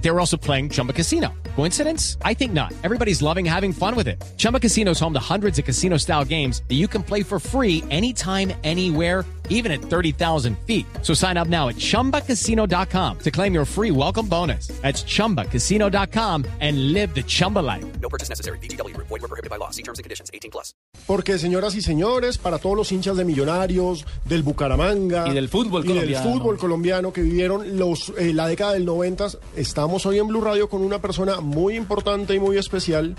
They were also playing Chumba Casino. Coincidence? I think not. Everybody's loving having fun with it. Chumba Casino is home to hundreds of casino style games that you can play for free anytime, anywhere even at 30,000 feet. So sign up now at ChumbaCasino.com to claim your free welcome bonus. That's ChumbaCasino.com and live the Chumba life. No purchase necessary. BGW. Void were prohibited by law. See terms and conditions. 18 plus. Porque, señoras y señores, para todos los hinchas de Millonarios, del Bucaramanga Y del fútbol y del colombiano. fútbol colombiano que vivieron los, eh, la década del 90, estamos hoy en Blue Radio con una persona muy importante y muy especial.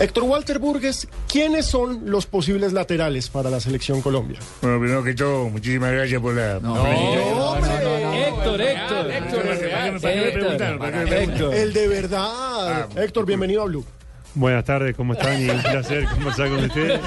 Héctor Walter Burgues, ¿quiénes son los posibles laterales para la selección Colombia? Bueno, primero que todo, muchísimas gracias por la. No, Héctor, Héctor. Héctor. El de Ah, verdad. Héctor, bienvenido a Blue. Buenas tardes, ¿cómo están? Y un placer conversar con ustedes.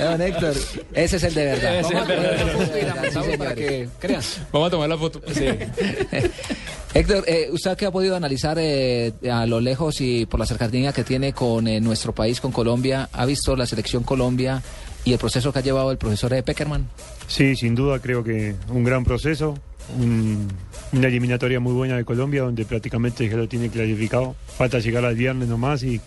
Don Héctor, ese es el de verdad. Ese es el verdad. para que crean. Vamos a tomar la foto. Héctor, eh, ¿usted qué ha podido analizar eh, a lo lejos y por la cercanía que tiene con eh, nuestro país, con Colombia? ¿Ha visto la selección Colombia y el proceso que ha llevado el profesor eh, Peckerman? Sí, sin duda, creo que un gran proceso, un- una eliminatoria muy buena de Colombia, donde prácticamente ya lo tiene clasificado. Falta llegar al viernes nomás y,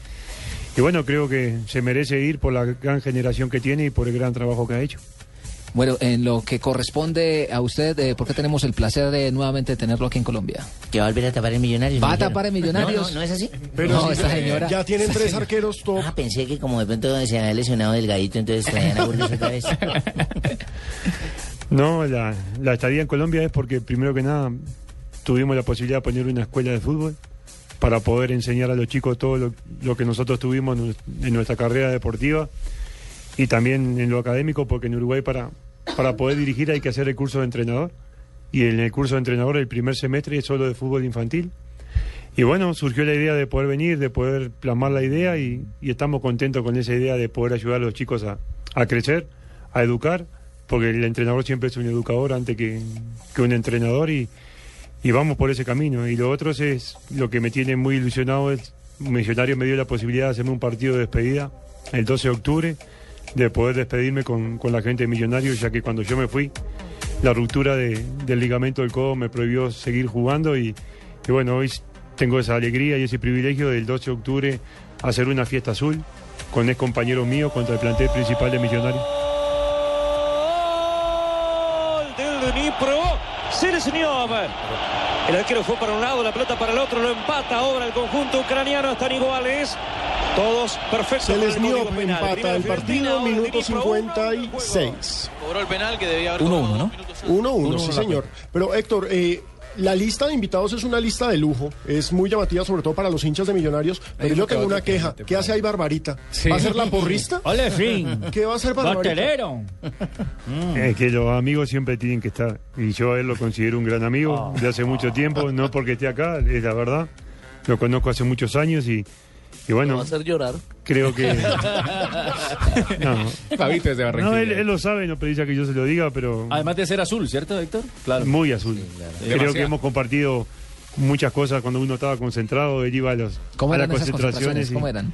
y bueno, creo que se merece ir por la gran generación que tiene y por el gran trabajo que ha hecho. Bueno, en lo que corresponde a usted, eh, ¿por qué tenemos el placer de nuevamente tenerlo aquí en Colombia? Que va a volver a tapar el millonario. ¿Va a tapar el Millonarios? No, no, no es así. Pero No, si- esta señora- Ya tienen tres arqueros top. Ah, pensé que como de pronto se había lesionado delgadito, entonces traían a Burgos otra vez. No, la, la estadía en Colombia es porque, primero que nada, tuvimos la posibilidad de poner una escuela de fútbol para poder enseñar a los chicos todo lo, lo que nosotros tuvimos en, nu- en nuestra carrera deportiva y también en lo académico, porque en Uruguay para, para poder dirigir hay que hacer el curso de entrenador. Y en el curso de entrenador el primer semestre es solo de fútbol infantil. Y bueno, surgió la idea de poder venir, de poder plasmar la idea y, y estamos contentos con esa idea de poder ayudar a los chicos a, a crecer, a educar, porque el entrenador siempre es un educador antes que, que un entrenador y, y vamos por ese camino. Y lo otro es, es lo que me tiene muy ilusionado es, Millonario me dio la posibilidad de hacerme un partido de despedida el 12 de octubre, de poder despedirme con, con la gente de Millonarios, ya que cuando yo me fui, la ruptura de- del ligamento del codo me prohibió seguir jugando y, y bueno, hoy tengo esa alegría y ese privilegio del 12 de octubre hacer una fiesta azul con ex compañero mío contra el plantel principal de Millonarios. gol del Dnipro. Selesniov. El arquero fue para un lado, la pelota para el otro, lo empata ahora el conjunto ucraniano, están iguales. Todos perfectos. para el Selesniov código penal. empata Primera el Fiorentina, partido, ahora el minuto Dnipro, uno, uno, juego. 56. Cobró el penal que debía haber 1-1, cobrado ¿no? dos minutos antes. 1-1, sí señor. Pero Héctor, eh, la lista de invitados es una lista de lujo, es muy llamativa sobre todo para los hinchas de millonarios, pero yo tengo una queja. ¿Qué hace ahí Barbarita? ¿Va a ser la porrista? Ole, fin. ¿Qué va a hacer Barbarita? Bartelero. Es que los amigos siempre tienen que estar. Y yo a él lo considero un gran amigo de hace mucho tiempo, no porque esté acá, es la verdad. Lo conozco hace muchos años y, y bueno, llorar. creo que... No, Fabito desde no, él, él lo sabe, no precisa que yo se lo diga, pero Además de ser azul, ¿cierto, Héctor? Claro. muy azul. Creo que Demasiado. hemos compartido muchas cosas cuando uno estaba concentrado, él iba a, los, ¿Cómo a eran las esas concentraciones? concentraciones. y- ¿Cómo eran?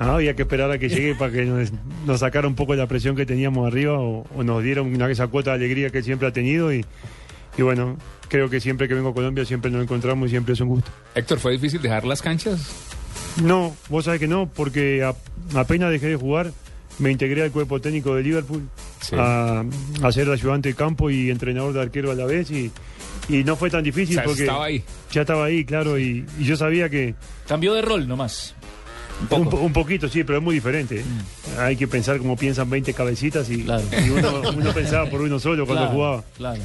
Ah, había que esperar a que llegue para que nos, nos sacara un poco la presión que teníamos arriba o, o nos diera una, esa cuota de alegría que siempre ha tenido. Y, y bueno, creo que siempre que vengo a Colombia siempre nos encontramos y siempre es un gusto. Héctor, ¿fue difícil dejar las canchas? No, vos sabés que no, porque a- apenas dejé de jugar, me integré al cuerpo técnico de Liverpool a, a ser ayudante de campo y entrenador de arquero a la vez. Y, y no fue tan difícil O sea, porque estaba ahí. ya estaba ahí, claro, y- y yo sabía que, Cambió de rol nomás. Un, po- un poquito, sí, pero es muy diferente. Hay que pensar como piensan 20 cabecitas y, Mm. Claro. y uno, uno pensaba por uno solo cuando Claro, jugaba. Claro.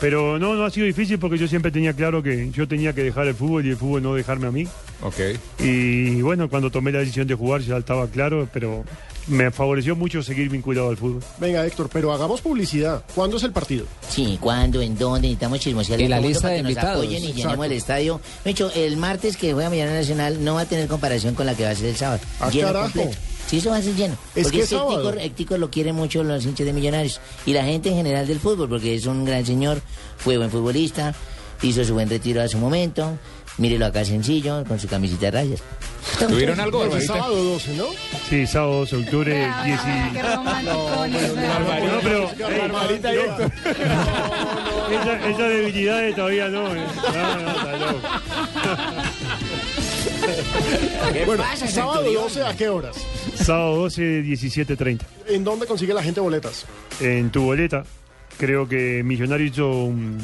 Pero no, no ha sido difícil porque yo siempre tenía claro que yo tenía que dejar el fútbol y el fútbol no dejarme a mí. Ok. Y bueno, cuando tomé la decisión de jugar ya estaba claro, pero me favoreció mucho seguir vinculado al fútbol. Venga Héctor, pero hagamos publicidad. ¿Cuándo es el partido? Sí, ¿cuándo? ¿En dónde? Necesitamos chismosear. Y la un poquito lista para de que invitados. Nos apoyen y llenemos Exacto. el estadio. De hecho, el martes que juega Mañana Nacional no va a tener comparación con la que va a ser el sábado. Ah, lleno carajo. completo. Sí, eso va a ser lleno. Es porque que el sábado. tico, el Tico lo quiere mucho los hinchas de Millonarios. Y la gente en general del fútbol, porque es un gran señor, fue buen futbolista, hizo su buen retiro a su momento. Mírelo acá sencillo, con su camisita de rayas. ¿Tuvieron algo, El Barbarita? sábado 12, ¿no? Sí, sábado 12 de octubre, 10 y- Qué romántico. No, pero. ey, no. Esa- Esas debilidades todavía no. eh. No, no, está loco. Bueno, pasa, sábado 12, ¿a qué horas? Sábado 12, 17.30. ¿En dónde consigue la gente boletas? En tu boleta, creo que Millonario hizo un-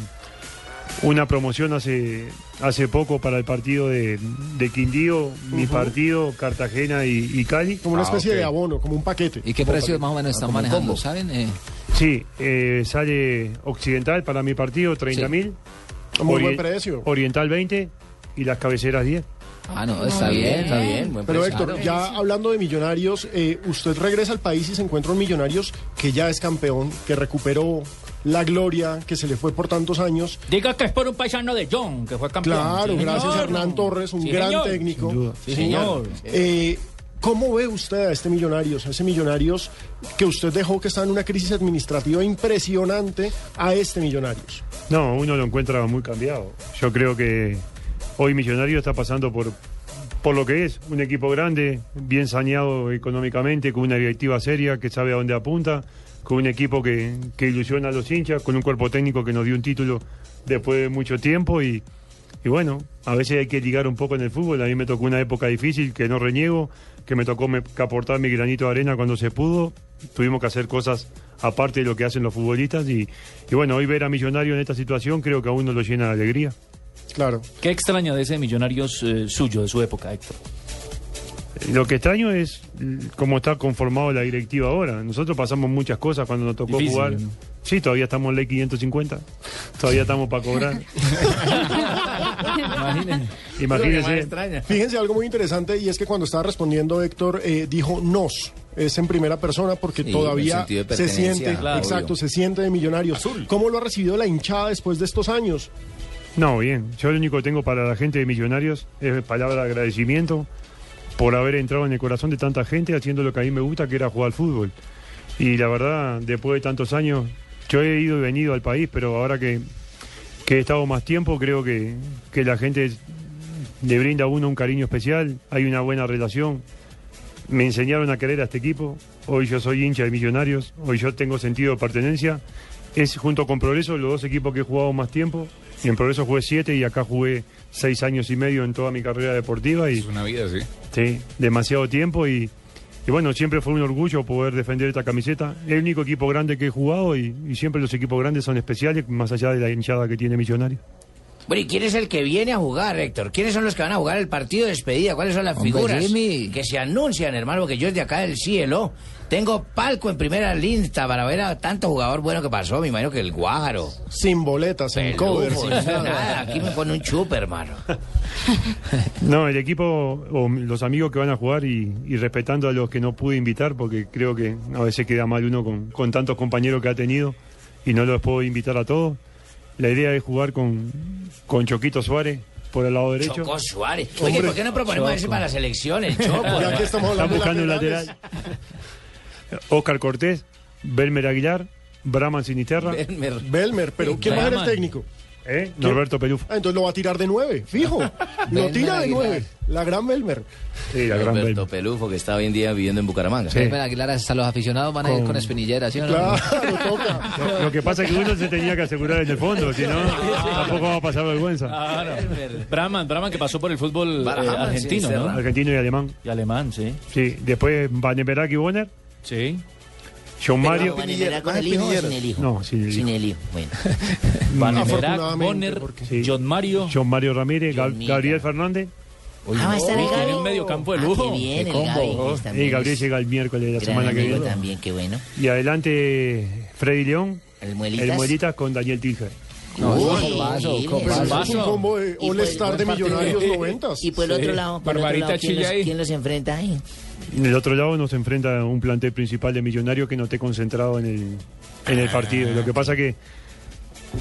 una promoción hace, hace poco para el partido de, de Quindío, mi partido, Cartagena y, y Cali. Como una Ah, especie ok. de abono, como un paquete. ¿Y qué precios más o Ah, menos están manejando? ¿Saben? Eh, Sí, eh, sale Occidental para mi partido, 30 mil. Muy buen precio. Oriental 20 y las cabeceras 10. ah, no, está bien, está bien. buen Pero precio. Héctor, ya hablando de millonarios, eh, usted regresa al país y se encuentra un millonarios que ya es campeón, que recuperó la gloria que se le fue por tantos años. Diga que es por un paisano de John, que fue campeón. Claro, Sí, gracias a señor. Hernán Torres, un Sí, gran señor. técnico. Sin duda. Sí, señor. Eh, ¿Cómo ve usted a este Millonarios, a ese Millonarios que usted dejó que está en una crisis administrativa impresionante, a este Millonarios? No, uno lo encuentra muy cambiado. Yo creo que hoy Millonario está pasando por, por lo que es, un equipo grande, bien saneado económicamente, con una directiva seria que sabe a dónde apunta, con un equipo que, que ilusiona a los hinchas, con un cuerpo técnico que nos dio un título después de mucho tiempo y, y bueno, a veces hay que ligar un poco en el fútbol. A mí me tocó una época difícil que no reniego, que me tocó me- que aportar mi granito de arena cuando se pudo. Tuvimos que hacer cosas aparte de lo que hacen los futbolistas. Y, y bueno, hoy ver a Millonario en esta situación creo que a uno lo llena de alegría. Claro. ¿Qué extraña de ese Millonarios eh, suyo, de su época, Héctor? Lo que extraño es mm, cómo está conformado la directiva ahora. Nosotros pasamos muchas cosas cuando nos tocó Difícil, jugar. ¿no? Sí, todavía estamos en ley 550. Todavía estamos para cobrar. Imagínense. Fíjense algo muy interesante y es que cuando estaba respondiendo Héctor eh, dijo nos. Es en primera persona porque Sí, el todavía sentido de se pertenencia, siente, claro, exacto, obvio. se siente de millonarios. ¿Cómo lo ha recibido la hinchada después de estos años? No, bien. Yo lo único que tengo para la gente de Millonarios es palabra de agradecimiento por haber entrado en el corazón de tanta gente haciendo lo que a mí me gusta, que era jugar al fútbol. Y la verdad, después de tantos años, yo he ido y venido al país, pero ahora que, que he estado más tiempo, creo que, que la gente le brinda a uno un cariño especial, hay una buena relación. Me enseñaron a querer a este equipo, hoy yo soy hincha de Millonarios, hoy yo tengo sentido de pertenencia. Es junto con Progreso los dos equipos que he jugado más tiempo. En Progreso jugué siete y acá jugué seis años y medio en toda mi carrera deportiva. Y, Es una vida, sí. Sí, demasiado tiempo y, y bueno, siempre fue un orgullo poder defender esta camiseta. El único equipo grande que he jugado y, y siempre los equipos grandes son especiales, más allá de la hinchada que tiene Millonario. Bueno, ¿y quién es el que viene a jugar, Héctor? ¿Quiénes son los que van a jugar el partido de despedida? ¿Cuáles son las Hombre, figuras Jimmy. que se anuncian, hermano? Porque yo desde acá del cielo tengo palco en primera lista para ver a tanto jugador bueno que pasó. Me imagino que el Guájaro. Sin boletas, sin el covers, Lugo, sin sin nada. Aquí me pone un chupe, hermano. No, el equipo o los amigos que van a jugar y, y respetando a los que no pude invitar, porque creo que a veces queda mal uno con, con tantos compañeros que ha tenido y no los puedo invitar a todos. La idea es jugar con, con Choquito Suárez por el lado derecho. Chocó Suárez. Oye, ¿por qué no proponemos ese para las elecciones, Choco? pues Ya que estamos Están hablando buscando de un laterales, lateral. Oscar Cortés, Belmer Aguilar, Brahman Sinisterra, Belmer, pero ¿quién va a ser el Raman. técnico? ¿eh? Norberto Pelufo. Ah, entonces lo va a tirar de nueve, fijo. lo Belmer tira de Aguilar. nueve. La gran Belmer. Sí, la gran Belmer. Pelufo, que está hoy en día viviendo en Bucaramanga. Sí. Belmer Aguilar, hasta los aficionados van a ir Con- con espinillera, ¿sí o no? Claro, toca. Lo que pasa es que uno se tenía que asegurar en el fondo, si no, tampoco va a pasar vergüenza. Ah. Claro. Braman, Braman que pasó por el fútbol eh, Barajaman, argentino, sí, ¿no? Serra. Argentino y alemán. Y alemán, sí. Sí, después Vaneberag y Bonner, Sí. John Mario. Pero, ¿Vanenberg con el hijo o sin el hijo? No, sin el hijo. Sin el hijo, bueno. Van Merak, Afortunadamente, Bonner, porque- Sí. John Mario. John Mario Ramírez, Gab- Mira. Gabriel Fernández Ah, va a estar el Gaby. Tiene un medio campo de Ah, lujo. qué bien, Qué el combo. Gaby, pues, también Oh, y Gabriel es llega el miércoles de la gran semana que amigo viene. también, qué bueno. Y adelante Freddy León, El Muelitas. el Muelitas con Daniel Tilger. No, Uy, eso es un vaso, increíble. copa. Pero eso pues, es un Vaso. combo de Y All-Star pues, de buen partido. Millonarios noventas. Y pues, por el otro lado, por el otro Barbarita lado, ¿quién, los, Chile ahí. quién los enfrenta ahí? Del otro lado nos enfrenta un plantel principal de Millonarios que no esté concentrado en el, en el partido. Lo que pasa que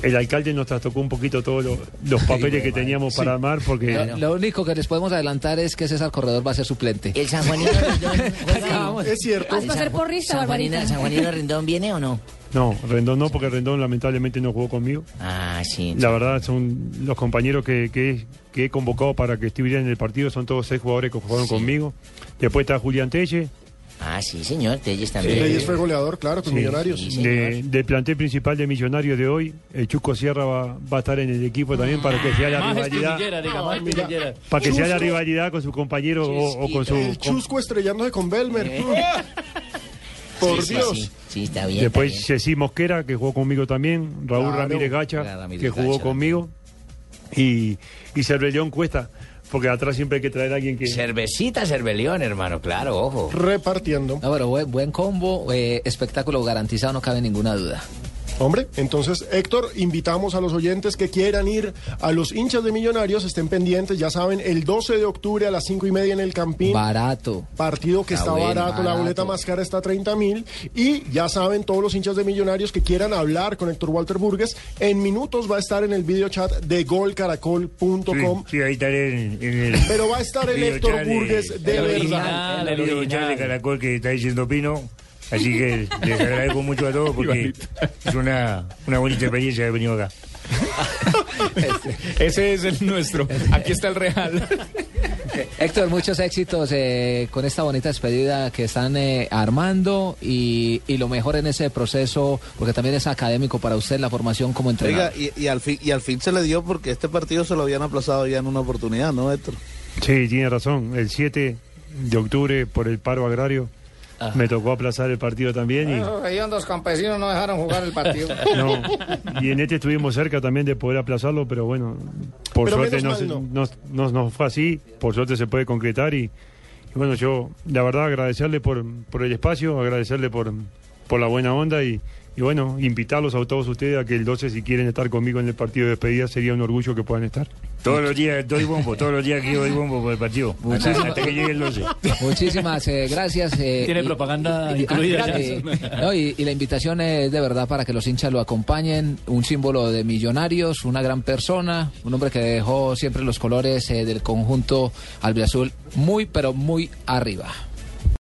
el alcalde nos trastocó un poquito todos los, los papeles que teníamos para armar porque... Lo, lo único que les podemos adelantar es que César Corredor va a ser suplente. ¿El San Juanino Rindón juega ahí? Es cierto. Hasta ser porrista, pues, ah, San Juanino, Barbarita. ¿San Juanino Rindón viene o no? No, Rendón no, porque Rendón lamentablemente no jugó conmigo. Ah, sí. La verdad, son los compañeros que, que, que he convocado para que estuvieran en el partido, son todos seis jugadores que jugaron conmigo. Después está Julián Telle. Ah, sí, señor, Telles Eh, también. Leyes fue goleador, claro, con Sí. Millonarios. De- del plantel principal de Millonarios de hoy, el Chuco Sierra va, va a estar en el equipo también para que sea la Más rivalidad. este espinillera, Ah, diga, más espinillera. Para que sea la Chusco. rivalidad con su compañero o, o con su. El chusco estrellándose con Belmer. Por Sí, sí, Dios. Sí, Sí, está bien. está Después bien. Ceci Mosquera, que jugó conmigo también. Raúl Claro. Ramírez Gacha, Claro, Ramírez que jugó Gacha conmigo. Y, y Cervellón Cuesta, porque atrás siempre hay que traer a alguien que. Cervecita, cervelión, hermano, claro, ojo. Repartiendo. No, pero buen, buen combo, eh, espectáculo garantizado, no cabe ninguna duda. Hombre, entonces, Héctor, invitamos a los oyentes que quieran ir a los hinchas de Millonarios, estén pendientes, ya saben, el 12 de octubre a las 5 y media en el Campín. Barato. Partido que Está está, bueno, barato, la barato. boleta más cara está a 30 mil. Y ya saben, todos los hinchas de Millonarios que quieran hablar con Héctor Walter Burgues, en minutos va a estar en el videochat de golcaracol.com. Sí, sí, ahí estaré en, en el. Pero va a estar el videochat Héctor Burgues de el verdad. original. Ah, Ah, la el original. de Caracol que está diciendo Pino. Así que les agradezco mucho a todos porque es una, una bonita experiencia haber venido acá. Ese es el nuestro. Aquí está el real. Eh, Héctor, muchos éxitos eh, con esta bonita despedida que están eh, armando y, y lo mejor en ese proceso, porque también es académico para usted la formación como entrenador. Oiga, y, y al fin, y al fin se le dio porque este partido se lo habían aplazado ya en una oportunidad, ¿no, Héctor? Sí, tiene razón. El 7 de octubre, por el paro agrario, me tocó aplazar el partido también. Y, Ahí los campesinos no dejaron jugar el partido. no, y en este estuvimos cerca también de poder aplazarlo, pero bueno, por Pero suerte no, menos se- mal, no- no- no fue así. Por suerte se puede concretar. Y, y bueno, yo, la verdad, agradecerle por, por el espacio, agradecerle por, por la buena onda y. y bueno, invitarlos a todos ustedes a que el 12, si quieren estar conmigo en el partido de despedida, sería un orgullo que puedan estar. Todos los días doy bombo, todos los días aquí doy bombo por el partido. Hasta, hasta que llegue el 12. Muchísimas eh, gracias. eh, Tiene y- propaganda y- incluida ya. eh, no, y, y la invitación es de verdad para que los hinchas lo acompañen. Un símbolo de millonarios, una gran persona, un hombre que dejó siempre los colores eh, del conjunto albiazul muy, pero muy arriba.